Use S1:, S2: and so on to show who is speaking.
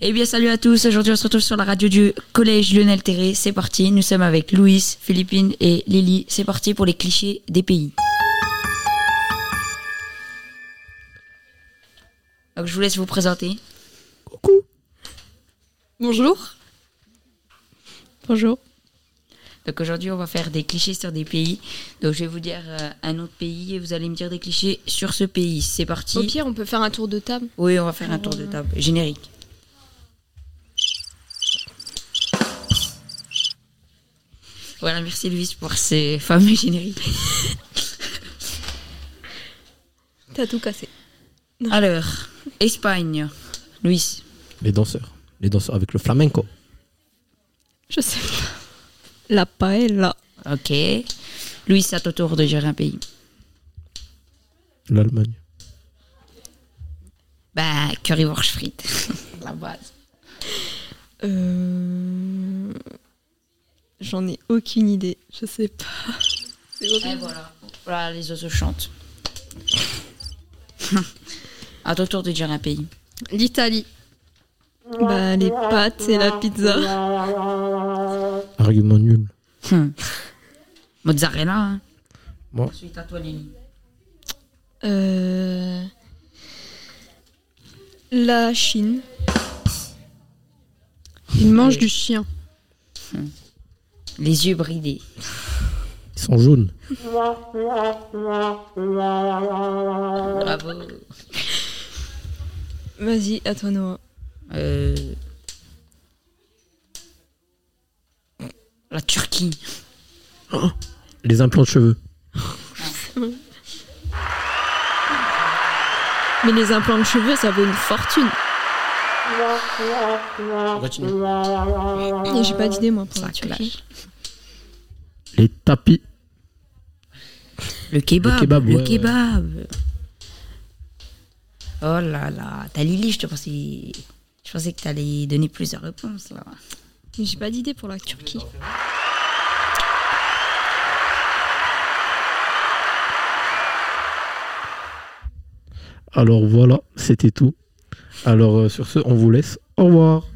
S1: Eh bien, salut à tous. Aujourd'hui, on se retrouve sur la radio du Collège Lionel Terré. C'est parti. Nous sommes avec Louis, Philippine et Lily. C'est parti pour les clichés des pays. Donc, je vous laisse vous présenter.
S2: Coucou.
S3: Bonjour. Bonjour.
S1: Donc, aujourd'hui, on va faire des clichés sur des pays. Donc, je vais vous dire euh, un autre pays et vous allez me dire des clichés sur ce pays. C'est parti.
S3: Au pire, on peut faire un tour de table.
S1: Oui, on va faire un tour de table. Générique. Voilà, merci Louise pour ces fameux génériques.
S3: T'as tout cassé.
S1: Alors, Espagne. Louis.
S2: Les danseurs. Les danseurs avec le flamenco.
S3: Je sais pas. La paella.
S1: Ok. Louis, c'est à ton tour de gérer un pays.
S2: L'Allemagne.
S1: Bah, currywurst frites. La base.
S3: Euh... J'en ai aucune idée. Je sais pas. C'est
S1: Et voilà. Voilà, les oiseaux chantent. à ton tour de gérer un pays.
S3: L'Italie. Bah, les pâtes et la pizza.
S2: Argument nul.
S1: Hmm. Mozzarella. hein.
S2: Bon.
S1: Ensuite, à toi, Lily.
S3: Euh... La Chine. Il mange du chien.
S1: Les yeux bridés.
S2: Ils sont jaunes.
S1: Bravo.
S3: Vas-y, à toi, Noah.
S1: Euh, La Turquie.
S2: Les implants de cheveux.
S3: Mais les implants de cheveux, ça vaut une fortune. Et J'ai pas d'idée, moi, pour
S1: Ça
S3: la Turquie.
S1: clash.
S2: Les tapis.
S1: Le kebab. Le
S2: Le
S1: kebab.
S2: kebab, ouais, ouais.
S1: Oh là là. T'as Lily, je te pensais. Je pensais que t'allais donner plusieurs réponses là.
S3: Mais J'ai pas d'idée pour la Turquie.
S2: Alors voilà, c'était tout. Alors euh, sur ce, on vous laisse. Au revoir.